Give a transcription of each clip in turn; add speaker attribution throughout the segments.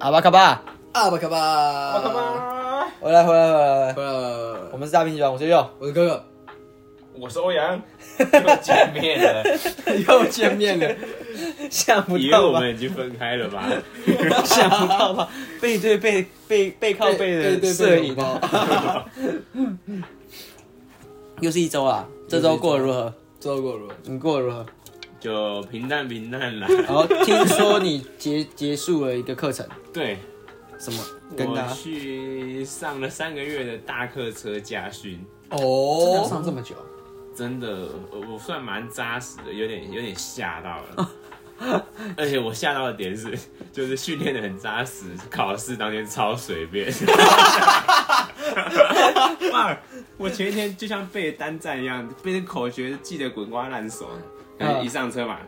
Speaker 1: 阿巴卡巴，
Speaker 2: 阿巴卡巴，阿
Speaker 3: 干嘛？
Speaker 1: 回来回来回来回来，
Speaker 2: 回来了
Speaker 1: 我们是大兵集团，我是佑，
Speaker 2: 我的哥哥。
Speaker 3: 我是欧 阳，又见面了，
Speaker 1: 又见面了，想不
Speaker 3: 以为
Speaker 1: 到
Speaker 3: 我
Speaker 1: 吧？
Speaker 3: 们已经分开了 吧？
Speaker 1: 想不到吧？背对背背背 靠
Speaker 2: 对对
Speaker 1: 背的
Speaker 2: 对
Speaker 1: 摄影
Speaker 2: 拥
Speaker 1: 啊，
Speaker 2: 抱
Speaker 1: 又是一周啦，这周过得如何？
Speaker 2: 知道过了吗？
Speaker 1: 你嗯过得如何？
Speaker 3: 就平淡平淡啦。
Speaker 1: 然后听说你结 结束了一个课程，
Speaker 3: 对，
Speaker 1: 什么？跟大
Speaker 3: 我
Speaker 1: 家
Speaker 3: 去上了三个月的大客车驾训，
Speaker 1: 真的
Speaker 2: 哦，
Speaker 1: 上这么久，
Speaker 3: 真的，呃我算蛮扎实的，有点有点吓到了。 而且我吓到的点是，就是训练的很扎实，考试当天超随 便。妈的，我前一天就像背单战一样，背着口诀记得滚瓜烂熟。然后一上车嘛，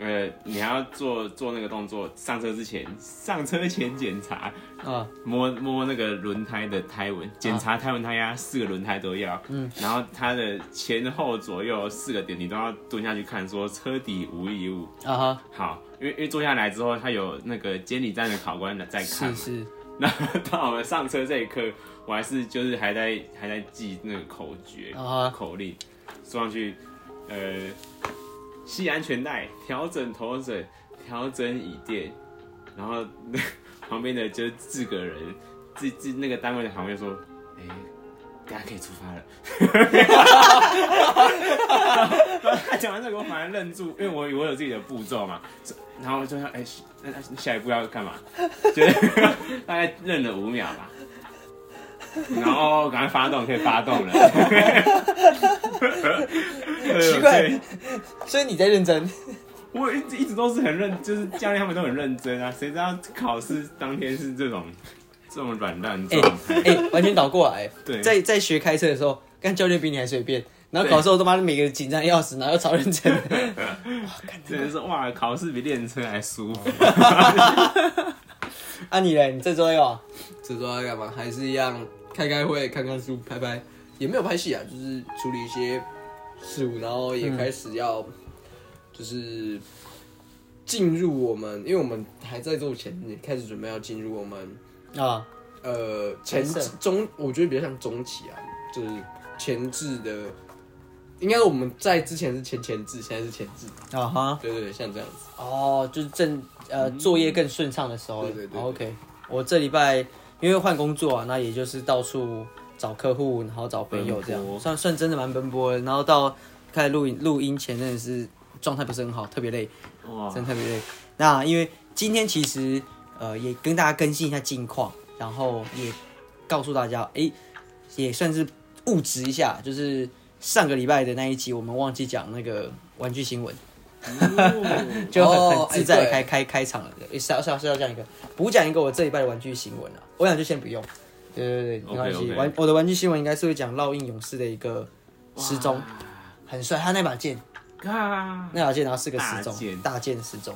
Speaker 3: 呃，你还要做做那个动作，上车之前，上车前检查，
Speaker 1: 啊，
Speaker 3: 摸摸那个轮胎的胎纹，检查胎纹胎压，四个轮胎都要。嗯，然后它的前后左右四个点，你都要蹲下去看，说车底无异物。
Speaker 1: 啊哈，
Speaker 3: 好，因为因为坐下来之后，它有那个监理站的考官在看
Speaker 1: 是
Speaker 3: 嘛。
Speaker 1: 是，
Speaker 3: 那到我们上车这一刻，我还是就是还在还在记那个口诀、
Speaker 1: 啊哈
Speaker 3: 口令，说上去，呃，系安全带，调整头枕，调整椅垫，然后 旁边的就是四个人，自自那个单位的旁边说，哎、大家可以出发了。他讲完这个，我反而愣住，因为我我有自己的步骤嘛，然后我就想，哎、那那下一步要干嘛？就是大概愣了五秒吧，然后赶快发动，可以发动了。
Speaker 1: 奇怪，所以你在认真，
Speaker 3: 我一直一直都是很认，就是教练他们都很认真啊，谁知道考试当天是这种这种软烂
Speaker 1: 哎
Speaker 3: 状态？
Speaker 1: 哎，完全倒过来，
Speaker 3: 对，
Speaker 1: 在在学开车的时候，看教练比你还随便，然后考试后他妈每个人紧张得要死，然后又超认 真，
Speaker 3: 真的是哇，考试比练车还舒服。
Speaker 1: 啊你嘞，你这周有啊？
Speaker 2: 这周要干嘛？还是一样开开会、看看书、拍拍，也没有拍戏啊，就是处理一些事务，然后也开始要就是进入我们，因为我们还在做前，开始准备要进入我们
Speaker 1: 啊，
Speaker 2: 呃前
Speaker 1: 拍摄
Speaker 2: 中，我觉得比较像中期啊，就是前置的，应该我们在之前是前前置，现在是前置，
Speaker 1: 啊哈，
Speaker 2: 对对对，像这样子，
Speaker 1: 哦，就是正呃作业更顺畅的时候。
Speaker 2: 嗯对对对对
Speaker 1: o k 我这礼拜因为换工作啊，那也就是到处找客户，然后找朋友这
Speaker 3: 奔
Speaker 1: 样，
Speaker 3: 波
Speaker 1: 算算真的蛮奔波的。然后到开始录音录音前真的是状态不是很好，特别累，
Speaker 2: 啊
Speaker 3: 哇，
Speaker 1: 真的特别累。那因为今天其实呃也跟大家更新一下近况，然后也告诉大家，哎、也算是物质一下，就是上个礼拜的那一集我们忘记讲那个玩具新闻。
Speaker 3: 哦
Speaker 1: 就很
Speaker 2: 哦
Speaker 1: 很自在地
Speaker 2: 哎
Speaker 1: 开、开开场了。是要是要是要讲一个补讲一个我这一拜的玩具新闻啊，我想就先不用。对对对，没关系。
Speaker 3: OK，OK
Speaker 1: 玩我的玩具新闻应该是会讲烙印勇士的一个失踪，很帅，他那把剑，
Speaker 3: 嘎，
Speaker 1: 那把剑然后四个失
Speaker 3: 大
Speaker 1: 踪，
Speaker 3: 剑
Speaker 1: 大剑失踪，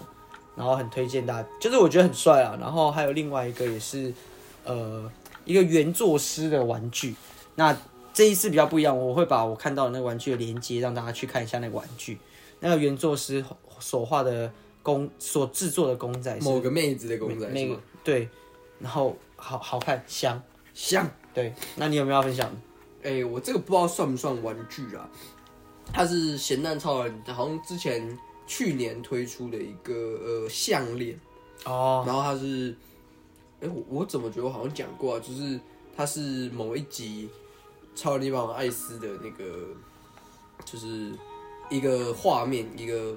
Speaker 1: 然后很推荐大家，就是我觉得很帅啊。然后还有另外一个也是，呃，一个原作师的玩具。那这一次比较不一样，我会把我看到的那个玩具的连接让大家去看一下那个玩具，那个原作师所画的公所制作的公仔是
Speaker 2: 某个妹子的公仔
Speaker 1: 那
Speaker 2: 是
Speaker 1: 个
Speaker 2: 吗？
Speaker 1: 对，然后好好看香，
Speaker 2: 像。
Speaker 1: 对，那你有没有要分享？
Speaker 2: 哎、我这个不知道算不算玩具啊？它是咸蛋超人，好像之前去年推出的一个呃项链，
Speaker 1: 哦，
Speaker 2: 然后它是，哎、我我怎么觉得我好像讲过啊？就是它是某一集超人力霸王艾斯的那个，就是一个画面，一个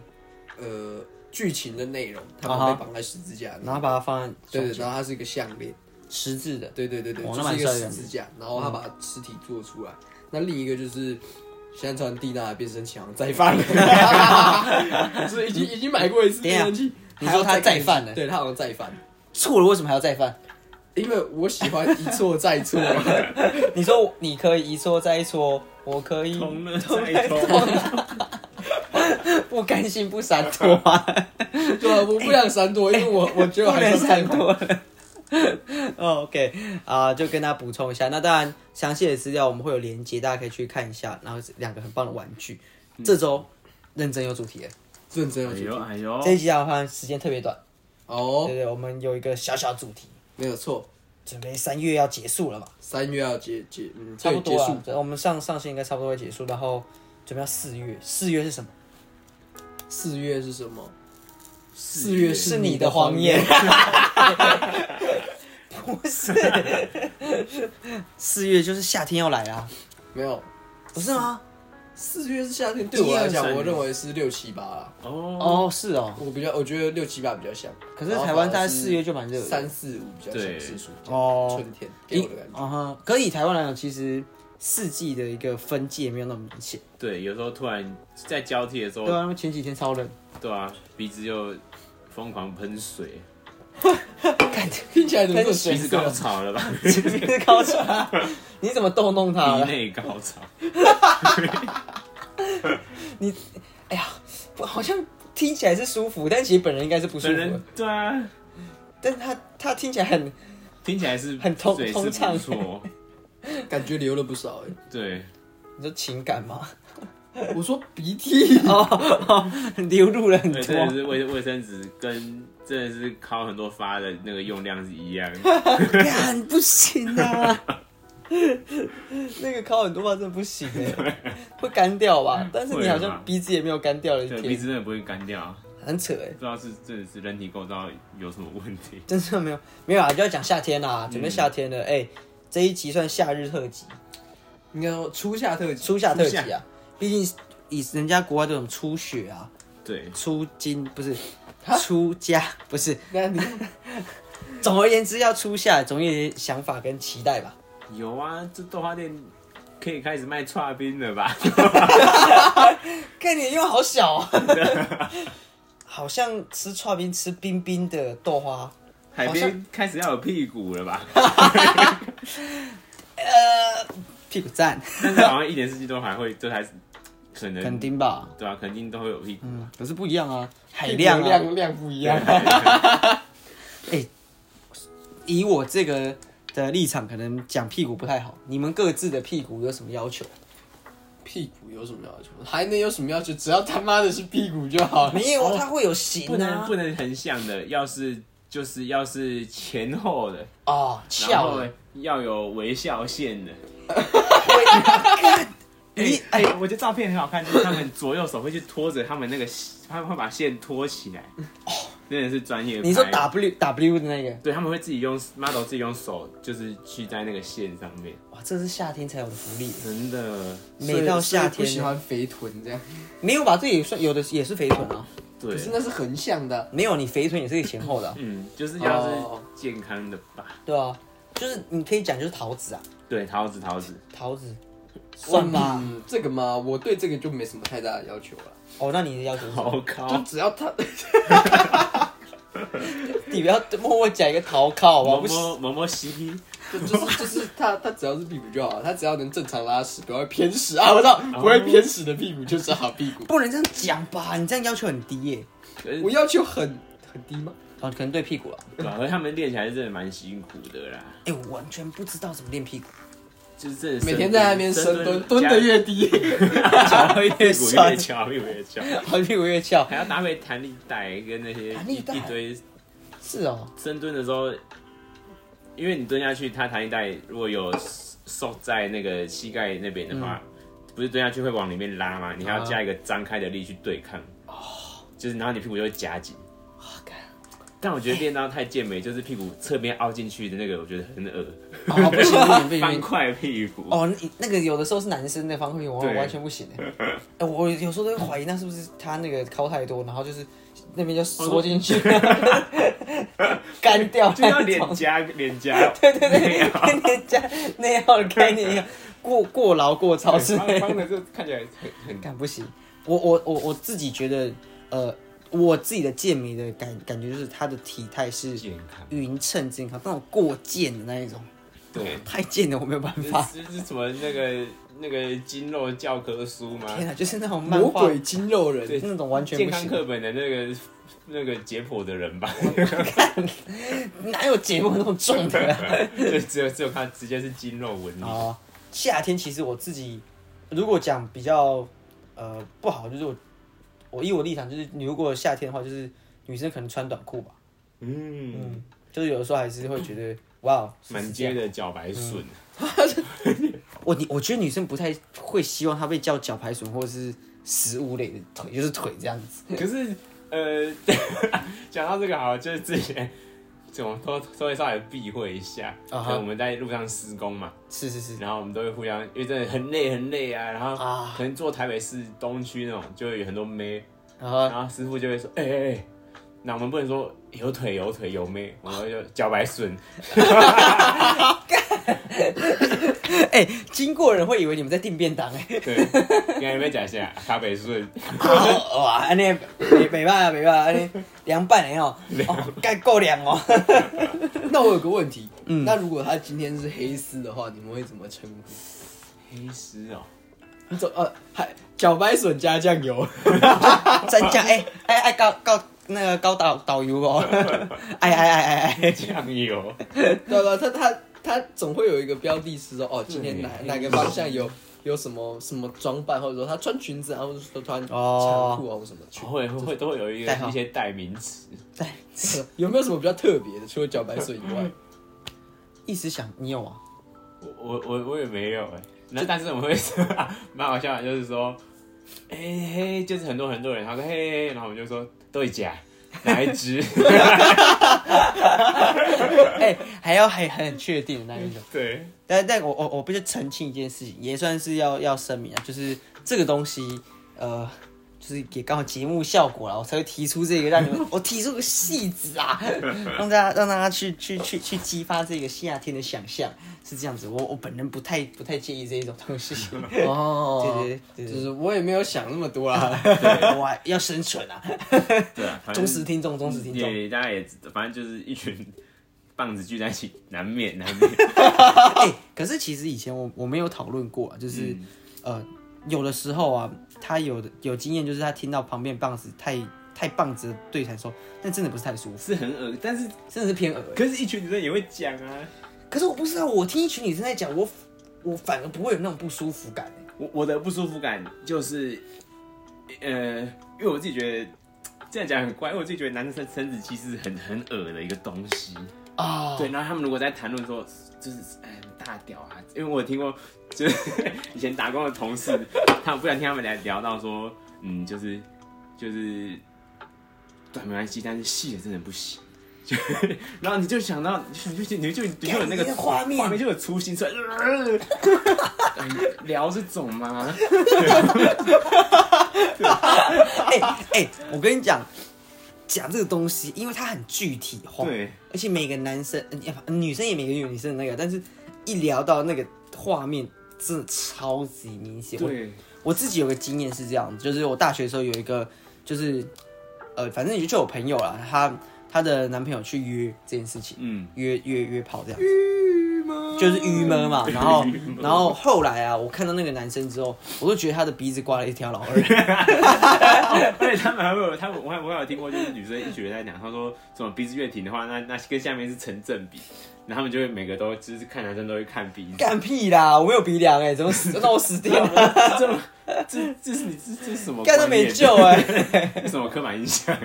Speaker 2: 呃剧情的内容，他
Speaker 1: 啊哈
Speaker 2: 们被绑在十字架那
Speaker 1: 然后把它放在
Speaker 2: 对对，
Speaker 1: 手
Speaker 2: 然后它是一个项链。
Speaker 1: 十字的，
Speaker 2: 对对对对，
Speaker 1: 哦那
Speaker 2: 就是
Speaker 1: 蛮
Speaker 2: 一个
Speaker 1: 帅
Speaker 2: 十
Speaker 1: 的嗯
Speaker 2: 字架，然后他把尸体做出来。那另一个就是现在传蒂娜的变身器好像再犯了， 是已经已经买过一次
Speaker 1: 等一下
Speaker 2: 变身器，
Speaker 1: 你
Speaker 2: 还要
Speaker 1: 说他
Speaker 2: 看
Speaker 1: 再
Speaker 2: 一次
Speaker 1: 犯了
Speaker 2: 对他好像再犯，
Speaker 1: 错了为什么还要再犯？
Speaker 2: 因为我喜欢一错再错，
Speaker 1: 你说我你可以一错再错，我可以
Speaker 3: 通了再通。
Speaker 1: 不甘心不闪躲 啊，
Speaker 2: 对啊，我不想闪躲，因为我我觉
Speaker 1: 哎不
Speaker 2: 得我还
Speaker 1: 能
Speaker 2: 是
Speaker 1: 闪躲 了。哦 OK 啊、就跟大家补充一下。那当然，详细的资料我们会有连接，大家可以去看一下。然后是两个很棒的玩具，
Speaker 2: 嗯
Speaker 1: 这周认真有主题了。
Speaker 2: 认真
Speaker 3: 哎
Speaker 2: 有主
Speaker 3: 呦
Speaker 2: 题
Speaker 3: 哎呦，
Speaker 1: 这一集的话时间特别短，
Speaker 2: 哦
Speaker 1: 对，对，我们有一个小小主题，
Speaker 2: 没有错，
Speaker 1: 准备三月要结束了嘛，
Speaker 2: 三月要结结，嗯，
Speaker 1: 差不
Speaker 2: 对，
Speaker 1: 多啊
Speaker 2: 结束
Speaker 1: 了。对我们上上线应该差不多会结束，然后准备要四月，四月是什么？
Speaker 2: 四月是什么？
Speaker 3: 四
Speaker 2: 月
Speaker 1: 是
Speaker 2: 是
Speaker 1: 你
Speaker 2: 你
Speaker 1: 的
Speaker 2: 的
Speaker 1: 谎
Speaker 2: 谎
Speaker 1: 言
Speaker 2: 言。
Speaker 1: 不是，四月就是夏天要来啊啦，
Speaker 2: 没有，
Speaker 1: 不是吗？
Speaker 2: 四月是夏天，对我来讲，我认为是六七八啦。
Speaker 3: 哦，
Speaker 1: 哦，是哦。
Speaker 2: 我比较，我觉得六七八比较像。
Speaker 1: 可是台湾大概四月
Speaker 2: 就
Speaker 1: 就蛮热的。
Speaker 2: 三四五比较像
Speaker 3: 对
Speaker 2: 是暑假
Speaker 1: 哦
Speaker 2: 春天给我的感觉。
Speaker 1: 啊哈，可以台湾来讲，其实四季的一个分界没有那么明显。
Speaker 3: 对，有时候突然在交替的时候
Speaker 1: 对，啊，因为前几天 超冷，
Speaker 3: 对啊，鼻子就疯狂喷水，
Speaker 2: 听起来怎么这么
Speaker 3: 鼻
Speaker 2: 水
Speaker 3: 子
Speaker 2: 色
Speaker 3: 高
Speaker 2: 啊？
Speaker 3: 潮了吧？
Speaker 1: 其实高潮， 你怎么逗弄他啊
Speaker 3: 鼻
Speaker 1: 了？
Speaker 3: 内高潮，
Speaker 1: 不好像听起来是舒服，但其实本人应该是不舒
Speaker 3: 本
Speaker 1: 服
Speaker 3: 人
Speaker 1: 的。
Speaker 3: 对啊，
Speaker 1: 但他他听起来很
Speaker 3: 听起来是
Speaker 1: 很通
Speaker 3: 水是
Speaker 1: 通畅
Speaker 3: 不错，
Speaker 2: 感觉流了不少哎。
Speaker 3: 对，
Speaker 1: 你说情感 吗？哦
Speaker 2: 我说鼻涕，
Speaker 1: 流露了很
Speaker 3: 对，真的
Speaker 1: 多。
Speaker 3: 是卫卫生纸跟真的是靠很多发的那个用量是一样，
Speaker 1: 干不行啊！那个烤很多话真的不行哎、会干掉吧？但是你好
Speaker 3: 会
Speaker 1: 像
Speaker 3: 吗
Speaker 1: 鼻子也没有干掉了一
Speaker 3: 对，鼻
Speaker 1: 天，
Speaker 3: 子真的不会干掉，
Speaker 1: 很扯哎、
Speaker 3: 不知道是真的是人体构造有什么问题。
Speaker 1: 真的没有没有啊！就要讲夏天啦，准备夏天了哎、这一集算夏日特辑，
Speaker 2: 应该说初夏特辑，
Speaker 1: 初夏特辑啊，毕竟以人家国外这种初雪啊、
Speaker 3: 对，
Speaker 1: 出金不是出家不是，
Speaker 2: 那你
Speaker 1: 总而言之要初夏，总有一些想法跟期待吧。
Speaker 3: 有啊，这豆花店可以开始卖串冰了吧？
Speaker 1: 看你用好小、啊， 好像吃串冰吃冰冰的豆花，
Speaker 3: 海边开始要有屁股了吧？
Speaker 1: 呃，屁股赞，
Speaker 3: 但是好像一年四季都还会，都还是可能
Speaker 1: 肯定吧，
Speaker 3: 对啊，肯定都会有屁股。
Speaker 1: 嗯，可是不一样啊， 海量啊，
Speaker 2: 量量不一样啊。
Speaker 1: 以我这个的立场，可能讲屁股不太好。你们各自的屁股有什么要求？
Speaker 2: 屁股有什么要求？还能有什么要求？只要他妈的是屁股就好了。哦
Speaker 1: 没有啊，它会有型
Speaker 3: 不能
Speaker 1: 啊
Speaker 3: 不，能横向的，要是就是要是前后的，
Speaker 1: 哦，
Speaker 3: 然
Speaker 1: 翘
Speaker 3: 后
Speaker 1: 了，
Speaker 3: 要有微笑线的。
Speaker 1: 你
Speaker 3: 哎哎、我觉得照片很好看，就是他们左右手会去拖着他们那个，他们会把线拖起来，真的是专业拍。
Speaker 1: 你说 W W 的那个，
Speaker 3: 对，他们会自己用 model 自己用手，就是去在那个线上面，
Speaker 1: 哇，这是夏天才有的福利，
Speaker 3: 真的
Speaker 1: 每到夏
Speaker 2: 所以不喜
Speaker 1: 天啊
Speaker 2: 欢肥臀这样，
Speaker 1: 没有吧？这也算有的也是肥臀啊，
Speaker 3: 对
Speaker 2: 可，是那是横向的啊。
Speaker 1: 没有你肥臀也是前后的啊、
Speaker 3: 嗯，就是要
Speaker 2: 哦
Speaker 3: 是健康的吧。
Speaker 1: 对啊，就是你可以讲就是桃子啊，
Speaker 3: 对，桃子桃子，
Speaker 1: 桃子算吧。
Speaker 2: 嗯，这个嘛，我对这个就没什么太大的要求了，
Speaker 1: 哦，那你的要求是什么
Speaker 3: 好
Speaker 2: 就
Speaker 3: 高，
Speaker 2: 只要他
Speaker 1: 你不要默默讲一个桃靠好不好？
Speaker 3: 毛
Speaker 1: 不行，
Speaker 3: 毛毛毛西，
Speaker 2: 就就是就是他他只要是屁股就好，他只要能正常拉屎，不要会偏屎啊！我知道不会偏屎的屁股就是好屁 股。
Speaker 1: 不能这样讲吧？你这样要求很低耶。
Speaker 3: 呃
Speaker 2: 我要求很很低吗？
Speaker 1: 哦，可能对屁股了。
Speaker 3: 对啊，而他们练起来真的蛮辛苦的啦，
Speaker 1: 哎、我完全不知道怎么练 屁股，
Speaker 3: 就是真的
Speaker 2: 每
Speaker 3: 深
Speaker 2: 天
Speaker 3: 蹲
Speaker 2: 在那边深蹲，蹲的越低，
Speaker 3: 翘会越鼓
Speaker 1: 酸
Speaker 3: 越翘越翘，
Speaker 1: 好屁股越翘。
Speaker 3: 还要搭配弹力带跟那些
Speaker 1: 弹
Speaker 3: 一
Speaker 1: 力带
Speaker 3: 一堆
Speaker 1: 是哦，
Speaker 3: 深蹲的时候，因为你蹲下去，它弹力带如果有受在那个膝盖那边的话，不是蹲下去会往里面拉吗？你还要加一个张开的力去对抗，哦，就是然后你屁股就会夹紧。
Speaker 1: 干
Speaker 3: 但我觉得练到太健美，就是屁股侧边凹进去的那个，我觉得很恶
Speaker 1: 哦，不行不行不行不
Speaker 3: 方
Speaker 1: 行。
Speaker 3: 块屁股。
Speaker 1: 哦，那那个有的时候是男生的方面，我
Speaker 3: 对
Speaker 1: 完全不行哎、哎我有时候都会怀疑，那是不是他那个靠太多，然后就是那边就缩进 去，干掉
Speaker 3: 就
Speaker 1: 那
Speaker 3: 要
Speaker 1: 一种
Speaker 3: 脸。颊，脸颊，
Speaker 1: 对对对，跟人家那样的概念一样，过过劳过操之类
Speaker 3: 方
Speaker 1: 的
Speaker 3: 方。的，这看起来很很
Speaker 1: 干不行，我我我我自己觉得，呃，我自己的健美的感感觉就是他的体态是
Speaker 3: 健康。
Speaker 1: 匀称健康，那种过健的那一种，
Speaker 3: 对，
Speaker 1: 太健的我没有 办法。
Speaker 3: 这是什么那个那个筋肉教科书吗？
Speaker 1: 天哪，就是那种漫
Speaker 2: 魔
Speaker 1: 画，
Speaker 2: 鬼肌肉人。
Speaker 3: 对
Speaker 1: 那种完全
Speaker 3: 健
Speaker 1: 不
Speaker 3: 康
Speaker 1: 行，
Speaker 3: 课本的那个那个解剖的人吧，
Speaker 1: 哪有节目那么重的、啊？
Speaker 3: 就只有只有他直接是筋肉纹理。
Speaker 1: 哦，夏天其实我自己如果讲比较呃不好，就是我我以我立场，就是你如果夏天的话，就是女生可能穿短裤吧，
Speaker 3: 嗯，
Speaker 1: 就是有的时候还是会觉得哇，哦是
Speaker 3: 满
Speaker 1: 这样嗯
Speaker 3: 街的茭 白笋，
Speaker 1: 我你我觉得女生不太会希望她被叫脚排笋或者是食物类的腿，就是腿这样子。
Speaker 3: 可是呃， 讲到这个好了，就是之前怎么都都会稍微避讳一下，
Speaker 1: 啊哈
Speaker 3: 可能我们在路上施工嘛，
Speaker 1: 是是是，
Speaker 3: 然后我们都会互相，因为真的很累很累啊，然后
Speaker 1: 啊
Speaker 3: 可能坐台北市东区那种，就会有很多妹，
Speaker 1: 然后
Speaker 3: 然后师傅就会说，哎哎哎，那我们不能说有腿有腿有妹，我们就脚白 笋，
Speaker 1: 哎、经过的人会以为你们在订便当哎、
Speaker 3: 对，应该没讲一下卡北顺，
Speaker 1: 好哇，安尼没没办法没办法，安尼凉拌的哦，哦，该够凉 哦。
Speaker 2: 那我有个问题，那如果他今天是黑丝的话，你们会怎么称呼？
Speaker 3: 黑丝哦，
Speaker 2: 你怎呃，还茭白笋加酱油？
Speaker 1: 真假哎哎哎高高那个高导导游哦，哎哎哎哎哎，
Speaker 3: 酱油，
Speaker 2: 对吧？他他他总会有一个标的是说，哦，今天哪
Speaker 3: 对
Speaker 2: 哪个方向有有什么什么装扮，或者说他穿裙子啊，或者说穿长
Speaker 1: 哦
Speaker 2: 裤啊，或什么去。
Speaker 3: 会会会都会有一个
Speaker 1: 代号
Speaker 3: 一些代名词，
Speaker 1: 对，
Speaker 2: 有没有什么比较特别的？除了茭白笋以外，
Speaker 1: 一时想你有啊？
Speaker 3: 我我我我也没有哎、那但是我们会 说，蛮好笑的，就是说，哎、嘿，就是很多很多人，他说嘿嘿，然后我们就说对假，哪一只？
Speaker 1: 哎、还要还很确定的那一种。
Speaker 3: 对，
Speaker 1: 但但我我我必须澄清一件事情，也算是要要声明啊，就是这个东西，呃，就是也刚好节目效果啦，我才会提出这个让你们，我提出个戏子啊，让大家让大家去去去去激发这个夏天的想象，是这样子。我我本人不太不太介意这一种东西，
Speaker 2: 哦
Speaker 1: 对对对
Speaker 2: 就是我也没有想那么多啊啦。
Speaker 1: 对我还要生存啊，
Speaker 3: 对啊，反正
Speaker 1: 忠实听众，忠实听众。
Speaker 3: 也大家也反正就是一群棒子聚在一起，难免难免。
Speaker 1: 哎、 可是其实以前我我没有讨论过啊，就是。
Speaker 3: 嗯
Speaker 1: 呃，有的时候啊，他有的有经验，就是他听到旁边棒子太太棒子的对谈的时候，那真的不是太舒服，
Speaker 3: 是很恶，但是
Speaker 1: 真的是偏耳。
Speaker 3: 可是一群女生也会讲啊。
Speaker 1: 可是我不知道，我听一群女生在讲，我我反而不会有那种不舒服感、欸。
Speaker 3: 我我的不舒服感就是，呃，因为我自己觉得这样讲很怪，因为我自己觉得男生生殖器是很很恶的一个东西。
Speaker 1: 啊、
Speaker 3: 对，然后他们如果在谈论说，就是哎大屌啊，因为我有听过，就是 以前打工的同事，他们不想听他们来聊到说，嗯，就是就是，对，没关系，但是细的真的不行。 就然后你就想到，你就你就你就你就有
Speaker 1: 干你
Speaker 3: 那
Speaker 1: 的
Speaker 3: 个
Speaker 1: 画面
Speaker 3: 画面就有 粗心出来，呃嗯聊这种吗？
Speaker 1: 哎哎，我跟你讲，讲这个东西，因为它很具体化，
Speaker 3: 对，
Speaker 1: 而且每个男生、呃女生也每个有女生的那个，但是一聊到那个画面，真的超级明显。我
Speaker 3: 对，
Speaker 1: 我自己有个经验是这样，就是我大学的时候有一个，就是呃，反正就有朋友啦，她她的男朋友去约这件事情，
Speaker 3: 嗯，
Speaker 1: 约约约炮这样子，就是郁闷 嘛。然后
Speaker 3: 郁闷
Speaker 1: 然后后来啊，我看到那个男生之后，我都觉得他的鼻子刮了一条老二。
Speaker 3: 而且他们还会有，他们我还我还有听过，就是女生一群人在讲，她说什么鼻子越挺的话，那那跟下面是成正比，然后他们就会每个都就是看男生都会看鼻子，
Speaker 1: 干屁啦！我没有鼻梁哎、怎么死？那我死定了！
Speaker 3: 这这这是你这这是什么？
Speaker 1: 干都没救，哎、
Speaker 3: 这是 什么刻板印象？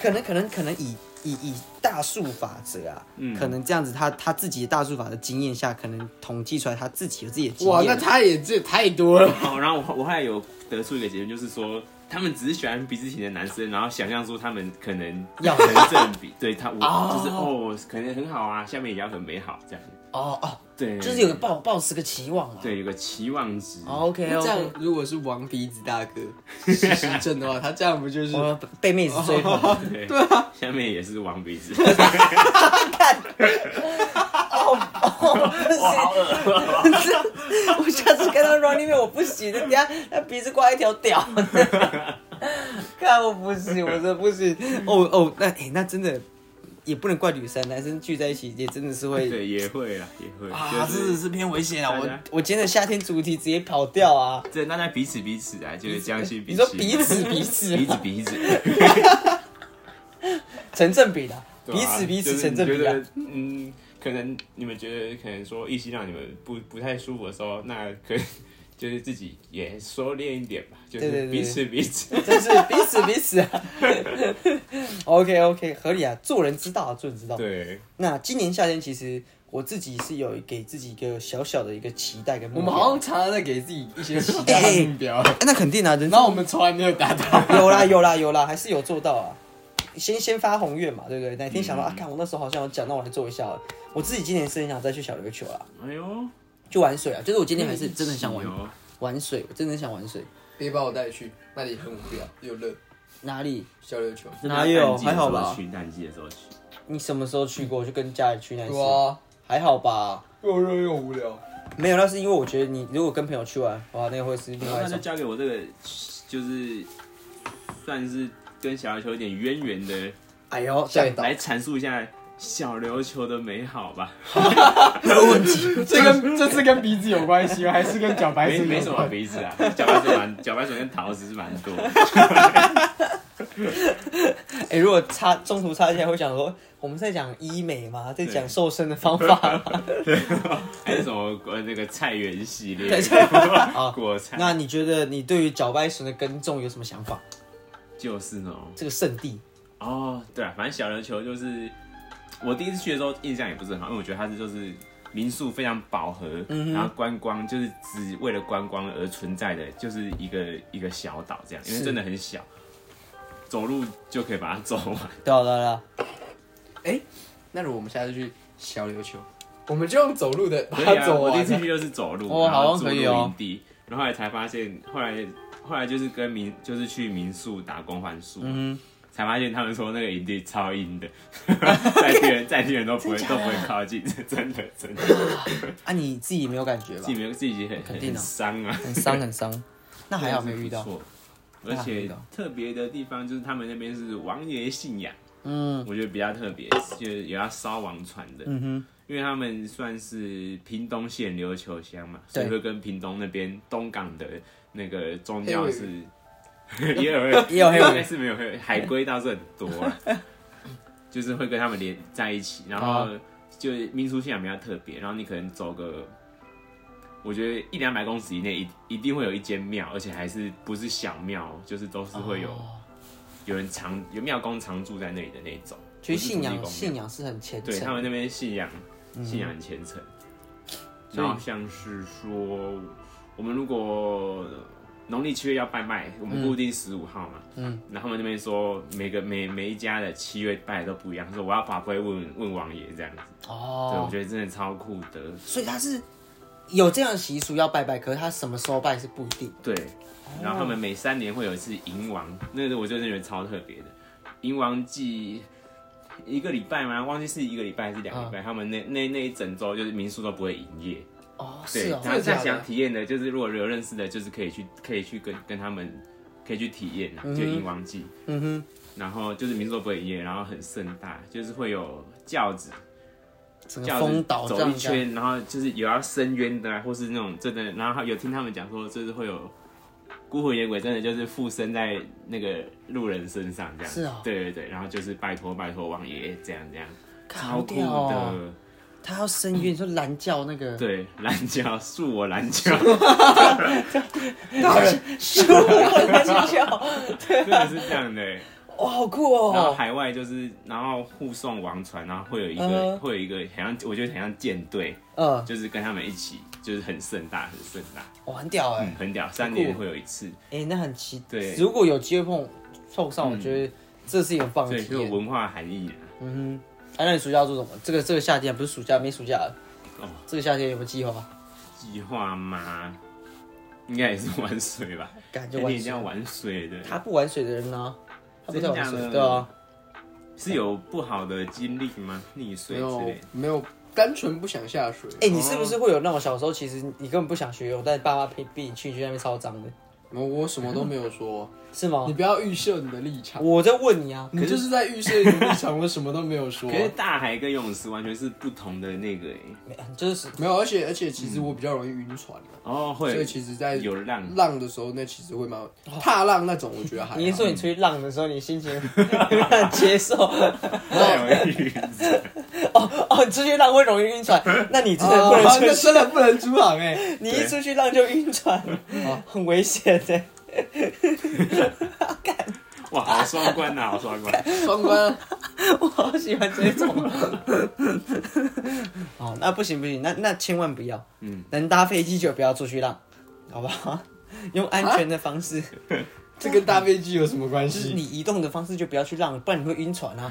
Speaker 1: 可能可能可能以以以大数法则啊，
Speaker 3: 嗯
Speaker 1: 可能这样子他他自己的大数法的经验下，可能统计出来他自己有自己的经验。
Speaker 2: 哇，那他也这也太多了。
Speaker 3: 哦，然后我我后来有得出一个结论，就是说。他们只是喜欢鼻子挺的男生，然后想象说他们可能
Speaker 1: 要
Speaker 3: 成正比， 对他我、
Speaker 1: 哦
Speaker 3: 就是哦，可能很好啊，下面也要很美好这样，
Speaker 1: 哦哦，
Speaker 3: 对，
Speaker 1: 就是有个抱抱持个期望啊。哦
Speaker 3: 对有个期望值，
Speaker 1: ，OK
Speaker 2: 这样如果是王鼻子大 哥是实证的话，他这样不就是哦
Speaker 1: 我被妹子追捧，
Speaker 3: 对对啊，下面也是王鼻子，
Speaker 1: 我下次看到 Running Man 我不行，等下他鼻子挂一条屌， 看我不行，我真的不行。哦哦，那诶那真的也不能怪女生，男生聚在一起也真的是会
Speaker 3: 对，也会啦，也会，
Speaker 1: 啊，
Speaker 3: 就
Speaker 1: 真的是偏危险 啊！
Speaker 3: 大
Speaker 1: 我
Speaker 3: 家
Speaker 1: 我今天的夏天主题直接跑掉啊！
Speaker 3: 对，大家彼此彼此啊，就是将心比
Speaker 1: 你说
Speaker 3: 心，
Speaker 1: 彼此彼此
Speaker 3: 彼此彼此，
Speaker 1: 成正比的，
Speaker 3: 对 啊
Speaker 1: 彼此彼此
Speaker 3: 就是
Speaker 1: 成
Speaker 3: 你
Speaker 1: 正
Speaker 3: 觉
Speaker 1: 比啊
Speaker 3: 得！嗯，可能你们觉得可能说异性让你们不不太舒服的时候，那可能就是自己也收敛一点吧，就
Speaker 1: 对对
Speaker 3: 是
Speaker 1: 对
Speaker 3: 彼此 彼此。
Speaker 1: 真是彼此彼此啊。OK OK，合理啊，做人之道啊，做人之道。
Speaker 3: 对，
Speaker 1: 那今年夏天其实我自己是有给自己一个小小的一个期待跟目
Speaker 2: 我
Speaker 1: 标。
Speaker 2: 们好像常常在给自己一些期待和目 标，
Speaker 1: 哎那肯定啊，人
Speaker 2: 然后我们从来没有达到。
Speaker 1: 有啦有啦有啦，还是有做到啊。先先发宏愿嘛，对不对？哪天想到、啊，看我那时候好像有讲，那我来做一下好了。我自己今年是很想再去小琉球啊，
Speaker 3: 哎呦，
Speaker 1: 去玩水啊。就是我今年还是真的很想玩、
Speaker 3: 有
Speaker 1: 玩水，我真的很想玩水。
Speaker 2: 别把我带去，那里很无聊又热，
Speaker 1: 哪里？
Speaker 2: 小琉球。
Speaker 1: 哪
Speaker 3: 哦
Speaker 1: 有？还好
Speaker 3: 淡
Speaker 1: 吧？
Speaker 3: 季的时候去淡季的时候去，
Speaker 1: 你什么时候去过？我就跟家里去那一次，
Speaker 2: 哇，
Speaker 1: 还好吧？
Speaker 2: 又热又无聊。
Speaker 1: 没有，那是因为我觉得你如果跟朋友去玩，哇，那个会是另外
Speaker 3: 那
Speaker 1: 一
Speaker 3: 就
Speaker 1: 种。
Speaker 3: 交给我这个，就是算是跟小琉球有点渊源的，
Speaker 1: 哎呦，对
Speaker 2: 想，到
Speaker 3: 来阐述一下小琉球的美好吧。
Speaker 2: 这跟这是跟鼻子有关系吗？还是跟脚白
Speaker 3: 没
Speaker 2: 水
Speaker 3: 没什
Speaker 2: 有
Speaker 3: 么
Speaker 2: 关系？
Speaker 3: 鼻子啊， 茭白水蛮茭白水跟桃子是蛮多的。
Speaker 1: 哎、如果插中途插进来，会想说我们在讲医美吗？在讲瘦身的方法 吗？
Speaker 3: 还有什么呃那个菜园系列
Speaker 1: 对菜，
Speaker 3: 果菜，
Speaker 1: 啊那你觉得你对于茭白笋的耕种有什么想法？
Speaker 3: 就是那种
Speaker 1: 这个圣地，
Speaker 3: 哦，对啊，反正小琉球就是我第一次去的时候印象也不是很好，因为我觉得它是就是民宿非常饱和，
Speaker 1: 嗯
Speaker 3: 然后观光就是只为了观光而存在的，就是一个一个小岛这样，因为
Speaker 1: 是
Speaker 3: 真的很小，走路就可以把它走完。
Speaker 1: 对啊对啊对啊，
Speaker 2: 那如果我们下次去小琉球，我们就用走路 的把
Speaker 3: 对
Speaker 2: 它
Speaker 3: 啊，
Speaker 2: 走
Speaker 3: 我
Speaker 2: 完
Speaker 3: 第一次
Speaker 2: 啊。
Speaker 3: 去就是走路，
Speaker 1: 哦
Speaker 3: 然后
Speaker 1: 好
Speaker 3: 住
Speaker 1: 像可
Speaker 3: 露
Speaker 1: 以哦
Speaker 3: 营地，然后后来才发现，后来后来就是跟民就是去民宿打工换宿，
Speaker 1: 嗯
Speaker 3: 啊才发现他们说那个营地超 阴的，在地人在地人都不会都不会靠近，真的真的，
Speaker 1: 哼，啊，你自己没有感觉吧
Speaker 3: 自己？没有自己很
Speaker 1: 肯
Speaker 3: 很
Speaker 1: 定啊
Speaker 3: 很伤啊，
Speaker 1: 很伤很伤，那还好没有遇到
Speaker 3: 不。错。
Speaker 1: 那
Speaker 3: 而
Speaker 1: 还没遇
Speaker 3: 且
Speaker 1: 到
Speaker 3: 特别的地方就是他们那边是王爷信仰，
Speaker 1: 嗯
Speaker 3: 我觉得比较特别，就是有要烧王船的，
Speaker 1: 嗯哼，
Speaker 3: 因为他们算是屏东县琉球乡嘛，
Speaker 1: 对
Speaker 3: 所以会跟屏东那边东港的那个宗教是 也有
Speaker 1: 也有黑尾
Speaker 3: 应该是没有黑尾海龟倒是很多啊， 就是会跟他们连在一起，然后
Speaker 1: 哦
Speaker 3: 就民俗信仰比较特别，然后你可能走个。我觉得一两百公尺以内一一定会有一间庙，而且还是不是小庙哦，就是都是会有、
Speaker 1: 哦
Speaker 3: 有人常有庙公常住在那里的那种。
Speaker 1: 其实信
Speaker 3: 不是土地
Speaker 1: 仰
Speaker 3: 公庙
Speaker 1: 信仰嗯是很虔
Speaker 3: 对他们
Speaker 1: 诚，
Speaker 3: 那边信仰信仰很虔诚，然后像是说，我们如果农历七月要拜拜，我们固定十五号嘛，
Speaker 1: 嗯，
Speaker 3: 然后他们那边说每个每每一家的七月拜的都不一样，说我要把龟问问王爷这样子，对我
Speaker 1: 哦，
Speaker 3: 觉得真的超酷的，
Speaker 1: 所以他是有这样的习俗要拜拜，可是他什么时候拜是不一定。
Speaker 3: 对，
Speaker 1: 哦
Speaker 3: 然后他们每三年会有一次迎王，那个我就真的觉得超特别的。迎王祭一个礼拜吗？忘记是一个礼拜还是两个礼
Speaker 1: 嗯
Speaker 3: 拜。他们那那那一整周就是民宿都不会营业。
Speaker 1: 哦，
Speaker 3: 对，
Speaker 1: 是哦，
Speaker 3: 然后
Speaker 2: 真的假
Speaker 3: 再
Speaker 2: 的
Speaker 3: 想体验的，就是如果有认识的，就是可以去可以去跟跟他们可以去体验啊，就迎王祭。
Speaker 1: 嗯哼，
Speaker 3: 然后就是民宿都不会营业，然后很盛大，就是会有轿子，
Speaker 1: 整个
Speaker 3: 轿
Speaker 1: 风
Speaker 3: 子
Speaker 1: 岛这
Speaker 3: 走
Speaker 1: 样
Speaker 3: 一
Speaker 1: 子
Speaker 3: 圈，然后就是有要伸冤的、啊，或是那种真的，然后有听他们讲说，就是会有孤魂野鬼，真的就是附身在那个路人身上这样。
Speaker 1: 是哦
Speaker 3: 对对对，然后就是拜托拜托王爷这样这样，
Speaker 1: 看
Speaker 3: 超
Speaker 1: 好
Speaker 3: 酷
Speaker 1: 屌哦！
Speaker 3: 的。
Speaker 1: 他要深渊，你说蓝教那个，
Speaker 3: 对，蓝教恕我 蓝教，
Speaker 1: 是我蓝教，
Speaker 3: 真的是这样的欸。
Speaker 1: 哇，好酷
Speaker 3: 然后
Speaker 1: 哦！
Speaker 3: 海外就是，然后护送王船，然后会有一
Speaker 1: 嗯
Speaker 3: 个会有一个，好像我觉得很像舰队，
Speaker 1: 嗯，
Speaker 3: 就是跟他们一起，就是很盛大，很盛大。
Speaker 1: 哇，很屌哎
Speaker 3: 嗯，。很屌，三年会有一次，
Speaker 1: 哎、那很奇。
Speaker 3: 对
Speaker 1: 如果有机会碰碰上，我觉得这是一个很棒
Speaker 3: 所
Speaker 1: 的
Speaker 3: 以
Speaker 1: 体
Speaker 3: 就有
Speaker 1: 验。
Speaker 3: 文化含义啊。
Speaker 1: 嗯哼，哎、那你暑假要做什么？这个这个夏天不是暑假，没暑假了。
Speaker 3: 哦
Speaker 1: 这个夏天有没有计划？
Speaker 3: 计划吗？应该也是玩 水吧，
Speaker 1: 感觉
Speaker 3: 肯定
Speaker 1: 玩
Speaker 3: 一定要
Speaker 1: 水。
Speaker 3: 玩水的。
Speaker 1: 他不玩水的人呢、他不太玩水
Speaker 3: 真，的假的
Speaker 1: 对啊。
Speaker 3: 是有不好的经历吗？溺水
Speaker 2: 没
Speaker 3: 之
Speaker 2: 有
Speaker 3: 类
Speaker 1: 哦
Speaker 3: 的？
Speaker 2: 没有，单纯不想下水。
Speaker 3: 哦
Speaker 1: 哎、你是不是会有那种小时候其实你根本不想学游泳，但爸妈逼逼你去，你去那边超脏的？
Speaker 2: 我我什么都没有说，
Speaker 1: 是吗
Speaker 2: 你？不要预设你的立场，
Speaker 1: 我在问你啊，
Speaker 2: 哦你就是在预设你的立场，我什么都没有 说
Speaker 3: 可。是大海跟游泳池完全是不同的那个哎、
Speaker 1: 没就是
Speaker 2: 没有，而且而且其实我比较容易晕船啊，
Speaker 3: 哦，
Speaker 2: 所以
Speaker 3: 会
Speaker 2: 其实在
Speaker 3: 有 浪，
Speaker 2: 浪的时候，那其实会蛮踏浪那种，我觉得还好。
Speaker 1: 你是说你出去浪的时候，你心情 很难接受？
Speaker 3: 太容易晕船。
Speaker 1: 哦哦，你出去浪会容易晕船，那你真的
Speaker 2: 哦
Speaker 1: 不能
Speaker 2: 那
Speaker 1: 出去，
Speaker 2: 真的不能出航哎、
Speaker 1: 你一出去浪就晕船，哦很危险的。
Speaker 3: 哇，好双关啊呐、好双关。
Speaker 2: 双关
Speaker 1: 我好喜欢这种。 哦，那不行不行，那那千万不要，
Speaker 3: 嗯，
Speaker 1: 能搭飞机就不要出去浪，好不好？ 用安全的方式，
Speaker 2: 这跟搭飞机有什么关
Speaker 1: 就是
Speaker 2: 系？
Speaker 1: 你移动的方式就不要去浪，不然你会晕船啊，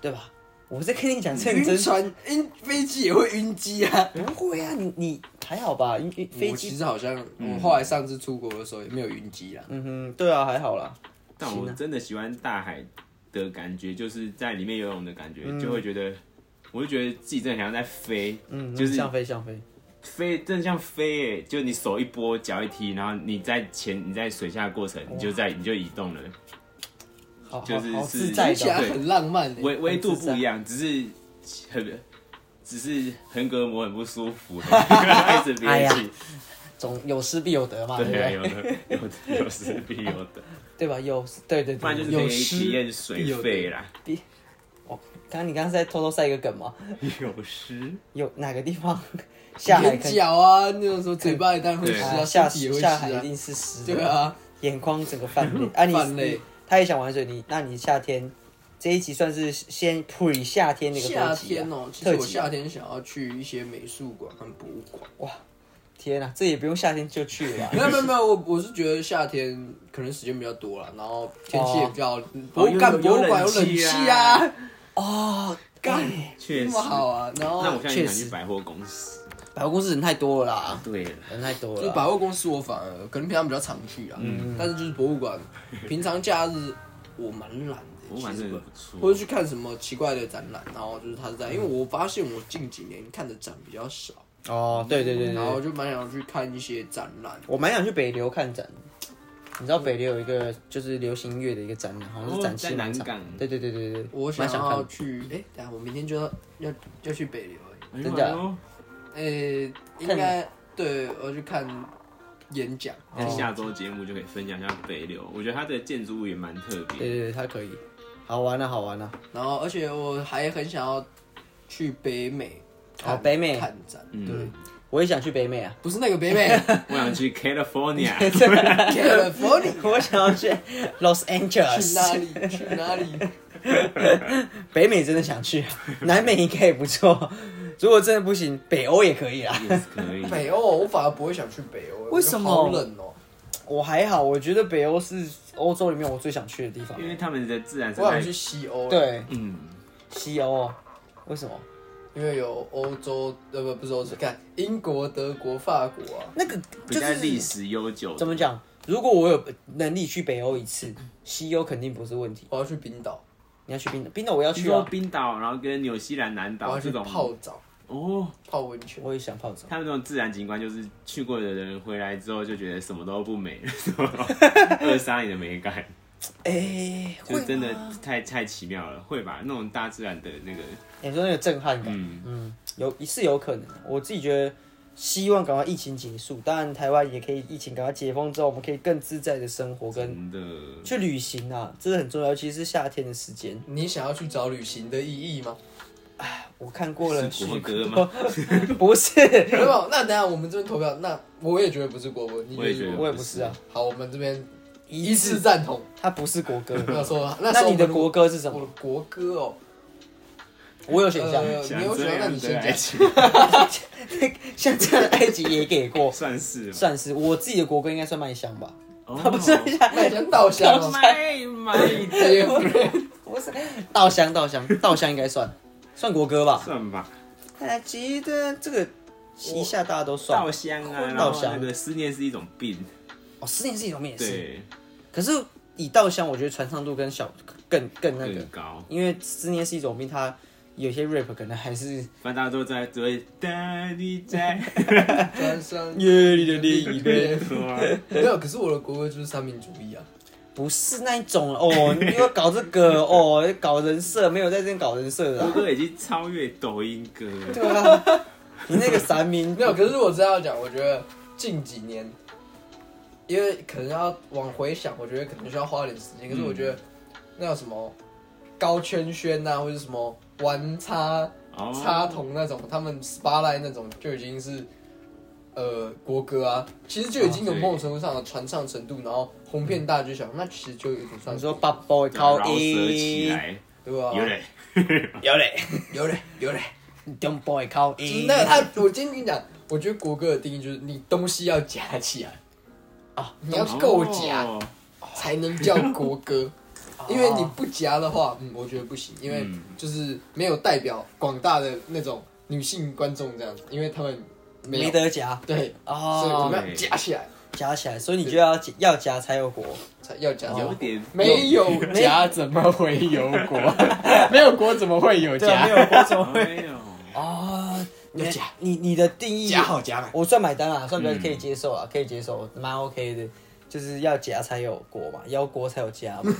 Speaker 1: 对吧？我在跟你讲认
Speaker 2: 晕
Speaker 1: 真，
Speaker 2: 船晕飞机也会晕机啊。
Speaker 1: 不会啊，你你还好吧？因因飞
Speaker 2: 我其
Speaker 1: 机，
Speaker 2: 实好像我后来上次出国的时候也没有晕机啦。
Speaker 1: 嗯哼，对啊，还好啦。
Speaker 3: 但我真的喜欢大海的感觉，就是在里面游泳的感觉，就会觉得，我就觉得自己真的好像在飞，
Speaker 1: 嗯，
Speaker 3: 就是
Speaker 1: 像飞像飞，
Speaker 3: 飞，真的像飞诶，就你手一拨，脚一踢，然后你在前你在水下的过程，你就在你就移动了，
Speaker 1: 好好
Speaker 3: 就是
Speaker 1: 好
Speaker 3: 是
Speaker 1: 自在
Speaker 3: 对
Speaker 2: 听起来
Speaker 1: 的，
Speaker 2: 很浪漫、欸，
Speaker 3: 维维度不一样，只是很只是横膈膜很不舒服，一直
Speaker 1: 哎
Speaker 3: 憋
Speaker 1: 呀哎
Speaker 3: 气，
Speaker 1: 总有失必有得嘛，对不
Speaker 3: 对啊，
Speaker 1: 对？
Speaker 3: 有的有的有失必有的，
Speaker 1: 对吧？有对对
Speaker 3: 不然就
Speaker 1: 对，
Speaker 3: 是
Speaker 2: 有
Speaker 3: 可以
Speaker 2: 失
Speaker 3: 体验水
Speaker 2: 必有得
Speaker 3: 费啦，
Speaker 1: 刚刚你刚刚是在偷偷塞一个梗吗？
Speaker 3: 有失。
Speaker 1: 有哪个地方 下海
Speaker 2: 眼
Speaker 1: 肯
Speaker 2: 角啊，那种时候嘴巴也当然会吃
Speaker 1: 啊
Speaker 2: 啊，
Speaker 1: 下
Speaker 2: 身体也会吃
Speaker 1: 下海一
Speaker 2: 啊。
Speaker 1: 定是湿的，
Speaker 2: 对，啊，
Speaker 1: 眼眶整个泛泪。啊你，
Speaker 2: 泛
Speaker 1: 你
Speaker 2: 泪
Speaker 1: 他也想玩水，你那你夏天这一集算是先 pre 夏天那个
Speaker 2: 夏
Speaker 1: 特辑啊
Speaker 2: 天哦、其实
Speaker 1: 特
Speaker 2: 我
Speaker 1: 辑啊
Speaker 2: 夏天想要去一些美术馆和博物馆。
Speaker 1: 天啊，这也不用夏天就去了啊
Speaker 2: 没 有没有没有，我我是觉得夏天可能时间比较多了，然后天气也比较，博物
Speaker 3: 哦有
Speaker 2: 馆博物馆
Speaker 3: 有
Speaker 2: 有
Speaker 3: 冷
Speaker 2: 冷
Speaker 3: 气
Speaker 2: 气
Speaker 3: 啊
Speaker 2: 啊，
Speaker 1: 哦，干
Speaker 3: 确实
Speaker 2: 那么好啊。然
Speaker 3: 那我
Speaker 2: 后
Speaker 3: 现在
Speaker 1: 确
Speaker 3: 也
Speaker 1: 实
Speaker 3: 想去百货公司。
Speaker 1: 百货公司人太多了啦，
Speaker 3: 对了，
Speaker 1: 人太多了
Speaker 2: 就是
Speaker 1: 啦。
Speaker 2: 百货公司，我反而可能平常比较常去啊，
Speaker 3: 嗯
Speaker 2: 但是就是博物馆，平常假日我蛮懒的，
Speaker 3: 博物馆
Speaker 2: 其实
Speaker 3: 真的
Speaker 2: 我
Speaker 3: 不错。
Speaker 2: 或者去看什么奇怪的展览，然后就是他在，因为我发现我近几年看的展比较少，
Speaker 1: 哦，对对对对
Speaker 2: 然后
Speaker 1: 对，
Speaker 2: 就蛮想去看一些展览。
Speaker 1: 我蛮想去北流看展的。你知道北流有一个就是流行音乐的一个展览，好像是
Speaker 3: 哦
Speaker 1: 展
Speaker 3: 在
Speaker 1: 西
Speaker 3: 南
Speaker 1: 南场
Speaker 3: 港
Speaker 1: 对对对对对，
Speaker 2: 我
Speaker 1: 蛮
Speaker 2: 想
Speaker 1: 想
Speaker 2: 要
Speaker 1: 看。
Speaker 2: 去，哎、等一下我明天就要要要去北流、欸，
Speaker 3: 哎呦
Speaker 1: 真假的
Speaker 3: 哎呦
Speaker 2: 呃、应该对，我要去看演讲。
Speaker 1: 嗯
Speaker 3: 那下周节目就可以分享一下北流，我觉得它的建筑物也蛮特
Speaker 1: 对
Speaker 3: 别。
Speaker 1: 对对，它可以，好玩啊，好玩啊。
Speaker 2: 然后而且我还很想要去北美看，
Speaker 1: 哦北美
Speaker 2: 看展，对，
Speaker 3: 嗯，
Speaker 1: 我也想去北美啊，
Speaker 2: 不是那个北美
Speaker 3: 我想去 California，
Speaker 2: ，California，
Speaker 1: 我想要去 Los
Speaker 2: 去哪
Speaker 1: Angeles，
Speaker 2: 里？去哪里？
Speaker 1: 北美真的想去，南美应该也不错。如果真的不行，北欧也可以啊。
Speaker 3: 也是可以。
Speaker 2: 北欧，我反而不会想去北欧，
Speaker 1: 为什么
Speaker 2: 我觉得好冷哦、
Speaker 1: 我还好，我觉得北欧是欧洲里面我最想去的地方
Speaker 3: 因。为他们的自然生
Speaker 2: 我想
Speaker 3: 态
Speaker 2: 去，西欧，，
Speaker 1: 对，
Speaker 3: 嗯，
Speaker 1: 西欧哦，为什么？
Speaker 2: 因为有欧洲，呃不不是欧洲，看英国、德国、法国啊，
Speaker 1: 那个
Speaker 3: 比
Speaker 1: 就
Speaker 3: 较历
Speaker 1: 是
Speaker 3: 史悠久。
Speaker 1: 怎么？讲？如果我有能力去北欧一次，西欧肯定不是问题。
Speaker 2: 我要去冰岛，
Speaker 1: 你要去冰岛，冰岛我要
Speaker 3: 听
Speaker 1: 去
Speaker 3: 说
Speaker 1: 啊，
Speaker 3: 冰岛，然后跟纽西兰南
Speaker 2: 我
Speaker 3: 岛
Speaker 2: 要
Speaker 3: 啊这
Speaker 2: 去
Speaker 3: 种
Speaker 2: 泡澡、
Speaker 3: 哦，
Speaker 2: 泡温泉。
Speaker 1: 我也想泡澡。
Speaker 3: 他们这种自然景观，就是去过的人回来之后就觉得什么都不美了， 什么都扼杀你的美感，
Speaker 1: 哎，
Speaker 3: 就
Speaker 1: 会
Speaker 3: 真的
Speaker 1: 吗
Speaker 3: 太太奇妙了，会吧？那种大自然的那个，
Speaker 1: 你说那个震撼感，
Speaker 3: 嗯，
Speaker 1: 嗯，有是有可能的。我自己觉得，希望赶快疫情结束，当然台湾也可以疫情赶快解封之后，我们可以更自在的生活跟
Speaker 3: 真嗯的。
Speaker 1: 去旅行啊，这是很重要，尤其是夏天的时间。
Speaker 2: 你想要去找旅行的意义吗？
Speaker 1: 我看过了
Speaker 3: 是
Speaker 1: 许
Speaker 3: 国歌
Speaker 1: 多， 不是，
Speaker 2: 没有，那等一下我们这边投票，那我也觉得不是国歌，你
Speaker 3: 我也觉得
Speaker 1: 我也不是啊，
Speaker 2: 好，我们这边
Speaker 1: 一
Speaker 2: 一致
Speaker 1: 致
Speaker 2: 赞同。
Speaker 1: 它不是国歌。
Speaker 2: 啊那时候，
Speaker 1: 那
Speaker 2: 时候
Speaker 1: 你的
Speaker 2: 我们
Speaker 1: 国歌是什
Speaker 2: 我
Speaker 1: 么？
Speaker 2: 的国歌哦，
Speaker 1: 我有选项，
Speaker 2: 呃
Speaker 3: 想
Speaker 2: 你有
Speaker 3: 这
Speaker 2: 选，那
Speaker 3: 样
Speaker 2: 你
Speaker 3: 的
Speaker 2: 先
Speaker 3: 爱
Speaker 2: 讲。
Speaker 3: 情
Speaker 1: 像这样的埃及也给过，
Speaker 3: 算 是吧
Speaker 1: 算是我自己的国歌应该算麦香吧？
Speaker 3: 哦
Speaker 1: 不是麦香，
Speaker 2: 麦香稻香 哦，
Speaker 3: 买买，
Speaker 1: 哎 不是稻香，稻香，稻香应该算算国歌吧？
Speaker 3: 算吧，
Speaker 1: 埃及的这个一下大家都算
Speaker 3: 稻。香啊，然
Speaker 1: 稻
Speaker 3: 后
Speaker 1: 香
Speaker 3: 那个思念是一种病，
Speaker 1: 哦，思念是一种也是，
Speaker 3: 对，
Speaker 1: 可是以稻香，我觉得传唱度跟小更更那个
Speaker 3: 更，高，
Speaker 1: 因为思念是一种病，它有些 rap 可能还是
Speaker 3: 反正大家都在只会当你在
Speaker 2: 专商
Speaker 1: 夜里的另一
Speaker 2: 一
Speaker 1: 边
Speaker 2: 边。
Speaker 3: 说，
Speaker 2: 没有，可是我的国歌就是三民主义啊。
Speaker 1: 不是那一种哦，你又搞这个哦，搞人设，没有在这边搞人设的
Speaker 3: 国
Speaker 1: 啊、
Speaker 3: 歌已经超越抖音歌了。
Speaker 1: 对啊，你那个三民
Speaker 2: 没有，可是我真的要讲，我觉得近几年，因为可能要往回想，我觉得可能需要花点时间。可是我觉得那叫什么高圈圈呐、或者什么玩插
Speaker 3: 哦，
Speaker 2: 插筒那种，他们 spotlight 那种就已经是呃国歌啊，其实就已经有
Speaker 3: 哦对
Speaker 2: 某种程度上的传唱程度，然后红遍大街小巷，那其实就有点算
Speaker 1: 你
Speaker 2: 是
Speaker 1: 说 b u b b l
Speaker 3: 饶
Speaker 1: 靠
Speaker 3: 舌起
Speaker 1: 一，
Speaker 3: 来，
Speaker 2: 对吧、
Speaker 3: 有嘞，
Speaker 1: 有嘞
Speaker 2: 有嘞，有嘞。
Speaker 1: ，Dumb Boy 靠
Speaker 2: 就
Speaker 1: 一
Speaker 2: 是，那个他， 我今天跟你讲，我觉得国歌的定义就是你东西要夹起来
Speaker 1: 啊，
Speaker 2: 你要够夹
Speaker 3: 哦
Speaker 2: 才能叫国 歌，因为你不夹的话，嗯，我觉得不行，因为
Speaker 3: 嗯
Speaker 2: 就是没有代表广大的那种女性观众这样子，因为他们没
Speaker 1: 没
Speaker 2: 有
Speaker 1: 得夹
Speaker 2: 对，所以我
Speaker 1: 哦，
Speaker 2: 们要夹起来
Speaker 1: 夹起来，所以你就要夹要夹才有火。
Speaker 2: 才要夹起来
Speaker 3: 有。点
Speaker 2: 没有夹怎么会有 国？没有国怎么会有
Speaker 1: 对啊，
Speaker 2: 夹
Speaker 1: 没？有火怎么会？
Speaker 3: 没有，
Speaker 1: 哦，你
Speaker 2: 要夹
Speaker 1: 你你的定义
Speaker 2: 夹好夹满，
Speaker 1: 我算买单啦，算比
Speaker 3: 嗯
Speaker 1: 较可以接受啦，可以接受，蛮 OK 的。就是要夹才有锅嘛，要锅才有家嘛。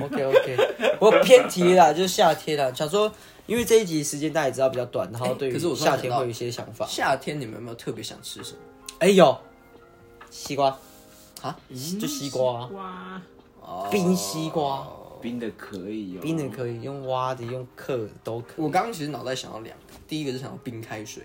Speaker 1: OK OK，我 偏题啦，就是夏天啦，想说，因为这一集时间大家也知道比较短，然后对
Speaker 2: 哎可是
Speaker 1: 于
Speaker 2: 我突
Speaker 1: 夏
Speaker 2: 然想
Speaker 1: 天
Speaker 2: 到
Speaker 1: 会有一些想法。
Speaker 2: 夏天你们有没有特别想吃什么？
Speaker 1: 哎、有西瓜，
Speaker 2: 啊，
Speaker 1: 就西瓜啊、
Speaker 3: 哇，
Speaker 1: 冰西瓜，
Speaker 3: 冰的可以哦，
Speaker 1: 冰的可以用挖的，用嗑的都可以。
Speaker 2: 我刚刚其实脑袋想到两个，第一个是想到冰开水，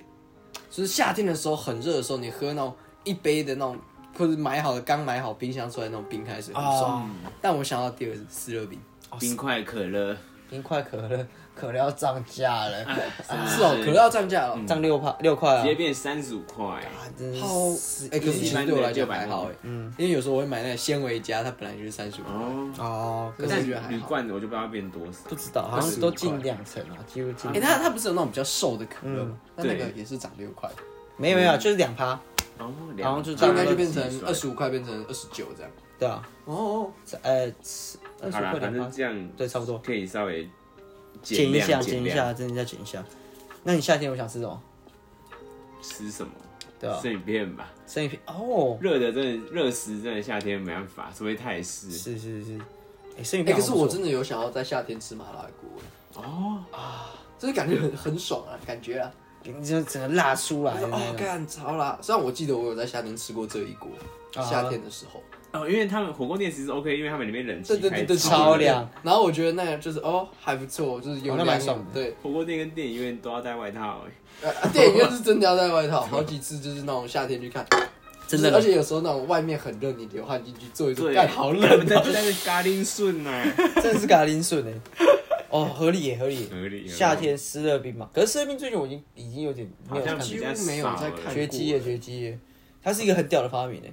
Speaker 2: 就是夏天的时候很热的时候，你喝那种一杯的那种，或者买好的刚买好冰箱出来那种冰开水很爽。但我想到第二个是湿热冰，
Speaker 3: 冰块可乐，
Speaker 1: 冰块可乐，可乐要涨价了，啊
Speaker 2: 是哦，可乐要涨价了，
Speaker 1: 涨六块六块啊
Speaker 3: 直接！变三十五块，
Speaker 1: 啊，真是
Speaker 2: 好
Speaker 1: 死
Speaker 2: 哎、可是其
Speaker 3: 一般
Speaker 2: 实
Speaker 3: 的
Speaker 2: 对我来讲
Speaker 3: 600
Speaker 2: 还好哎
Speaker 3: 块、
Speaker 2: 嗯，因为有时候我会买那个纤维夹，它本来就是三十五，
Speaker 3: 哦，
Speaker 1: 哦，可是
Speaker 2: 但
Speaker 3: 但
Speaker 2: 我觉得还好
Speaker 3: 铝罐的我就不知道变多少
Speaker 1: 不，知道，好像
Speaker 2: 25
Speaker 1: 都
Speaker 2: 块
Speaker 1: 进两层啊，几乎进
Speaker 2: 哎、。它它不是有那种比较瘦的可乐吗？那、那个
Speaker 3: 对
Speaker 2: 也是涨六块，
Speaker 1: 没有没有，就是两趴，
Speaker 3: 哦，
Speaker 1: 然后就
Speaker 2: 所以
Speaker 1: 大
Speaker 2: 应
Speaker 1: 概
Speaker 2: 该
Speaker 1: 都
Speaker 2: 就变成二十五块，变成二十九这样。
Speaker 1: 对啊，
Speaker 2: 哦，
Speaker 1: 呃，二十
Speaker 3: 好啦，
Speaker 1: 块两
Speaker 3: 反正
Speaker 1: 趴，
Speaker 3: 这样
Speaker 1: 对，差不多，
Speaker 3: 可以稍微
Speaker 1: 减一
Speaker 3: 量
Speaker 1: 下，减一
Speaker 3: 量
Speaker 1: 下，真的再减一下。那你夏天有想吃什么？
Speaker 3: 吃什么？
Speaker 1: 对啊，
Speaker 3: 随便吧，
Speaker 1: 生鱼片哦，
Speaker 3: 热的真的热食真的夏天没办法，除非太湿
Speaker 1: 是是是，哎，生鱼片
Speaker 2: 哎、可
Speaker 1: 好
Speaker 2: 是
Speaker 1: 像不错，
Speaker 2: 我真的有想要在夏天吃麻辣锅。欸
Speaker 3: 哦，
Speaker 2: 就是感觉很很爽啊，感觉啊，
Speaker 1: 你就整个辣出来的
Speaker 2: 哦
Speaker 1: 那，种，
Speaker 2: 干超辣！虽然我记得我有在夏天吃过这一锅，
Speaker 1: 啊
Speaker 2: 夏天的时候，
Speaker 3: 哦，因为他们火锅店其实 OK，因为他们里面冷气
Speaker 2: 对对
Speaker 3: 开
Speaker 2: 对对，
Speaker 1: 超凉
Speaker 2: 对。然后我觉得那个就是哦还不错，就是有
Speaker 1: 哦那
Speaker 2: 凉
Speaker 1: 蛮爽的
Speaker 2: 对，
Speaker 3: 火锅店跟电影院都要带 外套，哎
Speaker 2: 呃电影院是真的要带外套，好几次就是那种夏天去看，
Speaker 1: 真
Speaker 2: 就是而
Speaker 1: 的，
Speaker 2: 且有时候那种外面很热，你流汗进去坐一坐，
Speaker 3: 对，
Speaker 2: 干好冷
Speaker 3: 但啊
Speaker 2: 啊！
Speaker 3: 就那个咖喱顺呢，
Speaker 1: 真的是咖喱笋哎，哦，合理耶，合理耶。
Speaker 3: 合理
Speaker 1: 夏天湿热冰嘛，可是湿热冰最近我已经已经有点没有
Speaker 3: 好像
Speaker 1: 看
Speaker 3: 比
Speaker 1: 了，
Speaker 3: 较
Speaker 2: 几乎没有在
Speaker 3: 少
Speaker 2: 看
Speaker 3: 了
Speaker 1: 绝迹耶，绝迹耶，它是一个很屌的发明哎。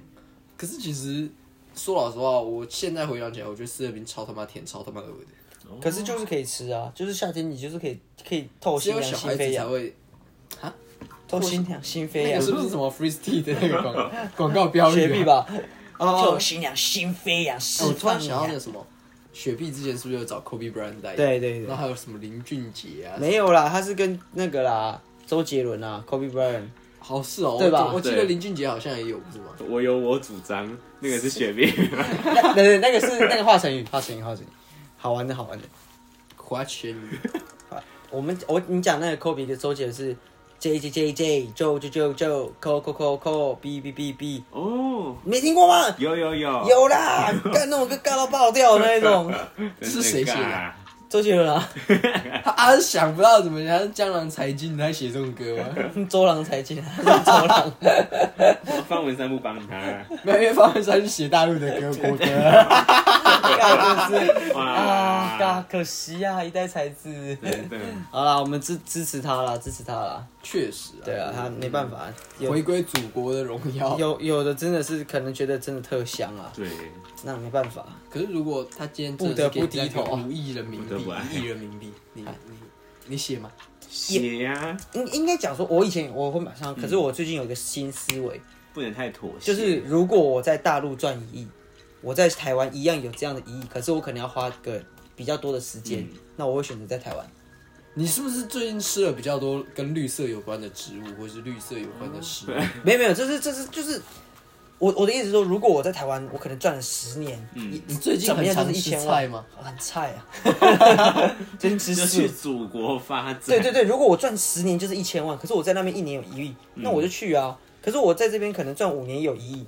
Speaker 2: 可是其实说老实话，我现在回想起来，我觉得四合冰超他妈甜，超他妈恶的，
Speaker 3: 哦
Speaker 1: 可是就是可以吃啊，就是夏天你就是可以可以透
Speaker 2: 哦只
Speaker 1: 心
Speaker 2: 有
Speaker 1: 凉
Speaker 2: 小
Speaker 1: 心
Speaker 2: 孩
Speaker 1: 扉
Speaker 2: 子才
Speaker 1: 呀，
Speaker 2: 会。
Speaker 1: 透心凉心扉
Speaker 2: 那
Speaker 1: 呀
Speaker 2: 个，是不是什么 Freeze Tea 的那个广 广告标语、
Speaker 1: 雪
Speaker 2: 啊？
Speaker 1: 碧吧？
Speaker 2: 哦
Speaker 1: 透心凉心扉呀，释
Speaker 2: 哎我突
Speaker 1: 放
Speaker 2: 然想到那
Speaker 1: 呀
Speaker 2: 个。什么，雪碧之前是不是有找 Kobe Bryant 代言？
Speaker 1: 对对
Speaker 2: 然
Speaker 1: 对，
Speaker 2: 后还有什么林俊杰啊？
Speaker 1: 没有啦，他是跟那个啦，周杰伦啊，Kobe Bryant，
Speaker 2: 好是哦，
Speaker 1: 对吧
Speaker 2: 我我记得
Speaker 3: 对
Speaker 2: 林俊杰好像也有，不是吗？
Speaker 3: 我有我主张，那个是 雪碧，
Speaker 1: 那那那个是那个华晨宇，华晨宇，华晨宇，好玩的好玩的。
Speaker 2: 花千宇，
Speaker 1: 我们我你讲那个 Kobe 的周杰伦是 J J J J Joe Joe Joe Joe Co Co Co Co B B B B，
Speaker 3: 哦，
Speaker 1: 没听过吗？
Speaker 3: 有有有，
Speaker 1: 有啦，干那种跟尬到爆掉的那种，
Speaker 3: 这
Speaker 2: 是谁写的？
Speaker 1: 周杰伦啊，
Speaker 2: 他他是想不到怎么人家是江郎才尽，他写这种歌 吗？
Speaker 1: 周郎才尽啊，周郎。
Speaker 3: 方文山不帮他，
Speaker 2: 没有，因为方文山是写大陆的歌， 国歌。
Speaker 1: 尬真的是 啊，尬
Speaker 3: 哇，
Speaker 1: 可惜啊，一代才智。
Speaker 3: 真 的，
Speaker 1: 好啦，我们支支持他啦，支持他啦。
Speaker 2: 确实啊，
Speaker 1: 对啊，他没办法，有
Speaker 2: 回归祖国的荣耀。
Speaker 1: 有有的真的是可能觉得真的特香啊，
Speaker 3: 对，
Speaker 1: 那没办法。
Speaker 2: 可是如果他今天真
Speaker 1: 不得
Speaker 2: 的
Speaker 1: 不
Speaker 2: 是给
Speaker 1: 低头啊哎
Speaker 2: 五亿人民
Speaker 3: 不
Speaker 2: 币，
Speaker 3: 得不爱
Speaker 2: 一亿人民币，你你你写吗？
Speaker 3: 写呀，
Speaker 1: 应应该讲说，我以前我会马上，可是我最近有一个新思维，
Speaker 3: 不能太妥
Speaker 1: 就
Speaker 3: 协，
Speaker 1: 是如果我在大陆赚一亿，我在台湾一样有这样的一亿，可是我可能要花个比较多的时间，那我会选择在台湾。
Speaker 2: 你是不是最近吃了比较多跟绿色有关的植物，或是绿色有关的食物？
Speaker 1: 没有没有，这是这是就是我我的意思是说，如果我在台湾，我可能赚了十年，
Speaker 3: 嗯
Speaker 2: 你最近
Speaker 1: 怎么
Speaker 2: 很
Speaker 1: 样就是
Speaker 2: 常
Speaker 1: 一
Speaker 2: 吃
Speaker 1: 千
Speaker 2: 菜
Speaker 1: 万
Speaker 2: 吗？？
Speaker 1: 我很菜啊，最近吃
Speaker 3: 就
Speaker 1: 素
Speaker 3: 去。祖国发展。
Speaker 1: 对对对，如果我赚十年就是一千万，可是我在那边一年有一亿，那我就去啊。可是我在这边可能赚五年也有一亿，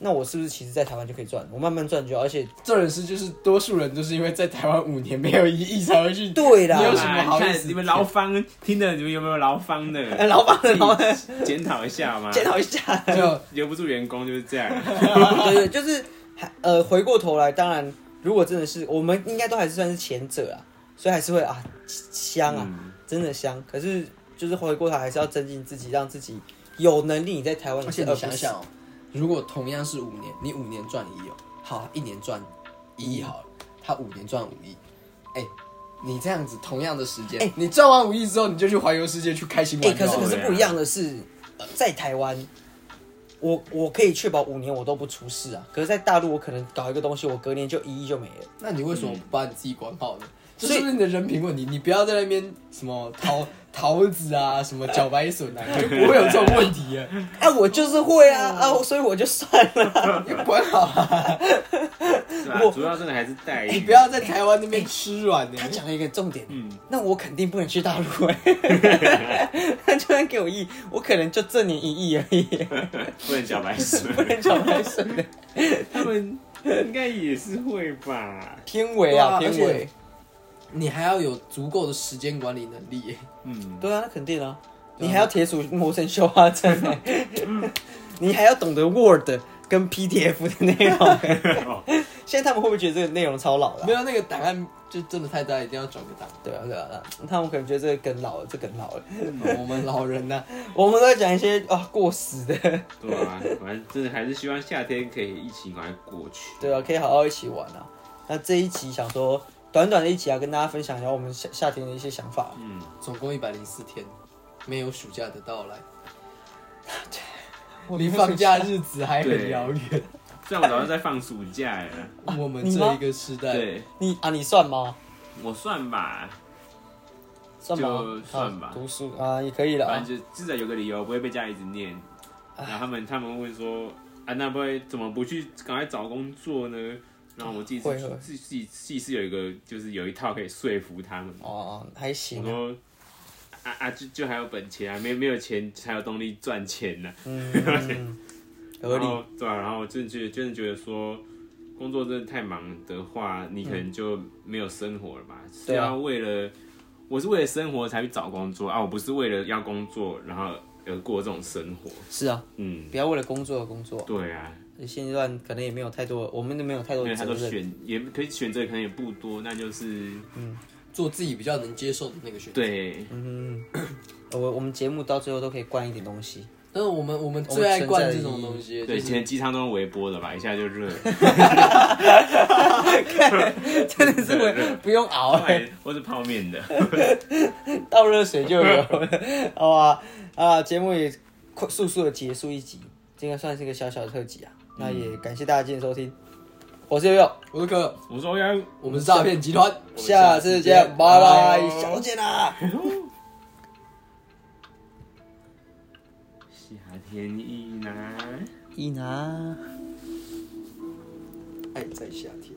Speaker 1: 那我是不是其实在台湾就可以赚？我慢慢赚就好，而且
Speaker 2: 这人是就是多数人都是因为在台湾五年没有一亿才会 去。
Speaker 1: 对啦
Speaker 2: 哎你有
Speaker 3: 啊。
Speaker 2: 什么好意
Speaker 3: 看
Speaker 2: 思？
Speaker 3: 你们劳方听的，你们有没有劳方
Speaker 1: 哎，
Speaker 3: 的？
Speaker 1: 老板老板
Speaker 3: 检讨一下嘛。
Speaker 1: 检讨一下。
Speaker 2: 就
Speaker 3: 留不住员工就是 这样。
Speaker 1: 对对，就是还呃，回过头来，当然，如果真的是我们应该都还是算是前者啊，所以还是会啊香啊，
Speaker 3: 嗯
Speaker 1: 真的香。可是就是回过头还是要增进自己，让自己有能力。你在台湾，
Speaker 2: 而且
Speaker 1: 而
Speaker 2: 你
Speaker 1: 不
Speaker 2: 想
Speaker 1: 是
Speaker 2: 想、哦，如果同样是五年，你五年赚一亿哦，好，一年赚一亿好了，他五年赚五亿，哎、你这样子同样的时间，
Speaker 1: 哎
Speaker 2: 你赚完五亿之后，你就去环游世界去开心
Speaker 1: 哎、
Speaker 2: 玩就
Speaker 1: 可
Speaker 2: 好
Speaker 1: 是可
Speaker 2: 了。
Speaker 1: 是不一样的是，呃在台湾，我我可以确保五年我都不出事啊。可是，在大陆，我可能搞一个东西，我隔年就一亿就没了。
Speaker 2: 那你为什么不把你自己管好呢？这
Speaker 1: 所以
Speaker 2: 是不是你的人品问题？你不要在那边什么桃桃子啊，什么茭白笋啊，你就不会有这种问题 了。
Speaker 1: 啊，我就是会啊啊，我所以我就算了。
Speaker 2: 你管好啊，
Speaker 3: 是啊
Speaker 1: 我，
Speaker 3: 主要真的还是待遇。
Speaker 2: 你不要在台湾那边吃软呢
Speaker 1: 他。讲了一个重点，
Speaker 3: 嗯
Speaker 1: 那我肯定不能去大陆哎、 他就算给我一亿，我可能就这年一亿而已，
Speaker 3: 不能小 白鼠，
Speaker 1: 不能讲太深的。
Speaker 3: 他们应该也是会吧？
Speaker 1: 天伟啊，
Speaker 2: 对啊
Speaker 1: 天
Speaker 2: 而
Speaker 1: 伟
Speaker 2: 且，你还要有足够的时间管理能力耶。
Speaker 3: 嗯，
Speaker 1: 对啊，那肯定啊，你还要铁杵磨成绣花针哎、 你还要懂得 Word 跟 PDF 的内容、欸
Speaker 3: 哦
Speaker 1: 现在他们会不会觉得这个内容超老了
Speaker 2: 没？有那个档案就真的太大，一定要转个档。
Speaker 1: 对啊，对啊，对啊他们可能觉得这个梗老了，这个梗老了。
Speaker 2: 我们老人呐、
Speaker 1: 我们都在讲一些啊过时的，
Speaker 3: 对啊，反正真的还是希望夏天可以一起赶快过去。
Speaker 1: 对啊，可以好好一起玩啊。那这一期想说，短短的一集啊，跟大家分享一下我们夏夏天的一些想法。
Speaker 3: 嗯，
Speaker 2: 总共一百零四天，没有暑假的到来，离放假日子还很
Speaker 3: 对
Speaker 2: 遥远。
Speaker 3: 虽然我早上在放暑假了，
Speaker 2: 我们
Speaker 1: 你
Speaker 2: 这
Speaker 1: 吗
Speaker 2: 一个时代，
Speaker 3: 对
Speaker 1: 啊你啊，你算吗？
Speaker 3: 我算吧，
Speaker 1: 算吗
Speaker 3: 就？算吧
Speaker 1: 啊读书啊，也可以了
Speaker 3: 反
Speaker 1: 啊。
Speaker 3: 正就至少有个理由不会被家一直念。然后他们他们问说，啊，那不会怎么不去赶快找工作呢？然后我自己
Speaker 1: 会会
Speaker 3: 是自己自己自己是有一个就是有一套可以说服他们。
Speaker 1: 哦，还
Speaker 3: 我
Speaker 1: 行啊。
Speaker 3: 说啊啊，就就还有本钱啊，没没有钱才有动力赚钱呢、
Speaker 1: 嗯，合
Speaker 3: 然
Speaker 1: 理。
Speaker 3: 后对啊、然后我真的觉得真的觉得说，工作真的太忙的话，你可能就没有生活了嘛。是
Speaker 1: 对啊
Speaker 3: 要为了我是为了生活才去找工作啊，我不是为了要工作然后而过这种生活。
Speaker 1: 是啊，
Speaker 3: 嗯，
Speaker 1: 不要为了工作而工作。
Speaker 3: 对啊，
Speaker 1: 现阶段可能也没有太多，我们都没有太多
Speaker 3: 因为
Speaker 1: 的
Speaker 3: 他
Speaker 1: 责
Speaker 3: 都
Speaker 1: 任。
Speaker 3: 选也可以选择可能也不多，那就是
Speaker 2: 做自己比较能接受的那个选择。
Speaker 3: 对，
Speaker 1: 嗯， 我我们节目到最后都可以灌一点东 西。
Speaker 2: 但是我们我们最爱灌这种东西，
Speaker 3: 对，
Speaker 2: 就
Speaker 3: 今天
Speaker 2: 是
Speaker 3: 鸡汤都是微波的吧，一下 就热。
Speaker 1: 真的是我 不用熬哎、
Speaker 3: 对，我是泡面 的。
Speaker 1: 倒热水就有 了，好吧？啊，节目也快速速的结束一集，今天算是一个小小的特辑啊。那也感谢大家今天的收听，我是悠悠，
Speaker 2: 我的哥，
Speaker 3: 我说哎要
Speaker 2: 我们是诈骗集团，
Speaker 1: 下次见，拜拜，下周见啦。
Speaker 3: 夏天一来。
Speaker 1: 一拿。哎
Speaker 2: 爱在夏天。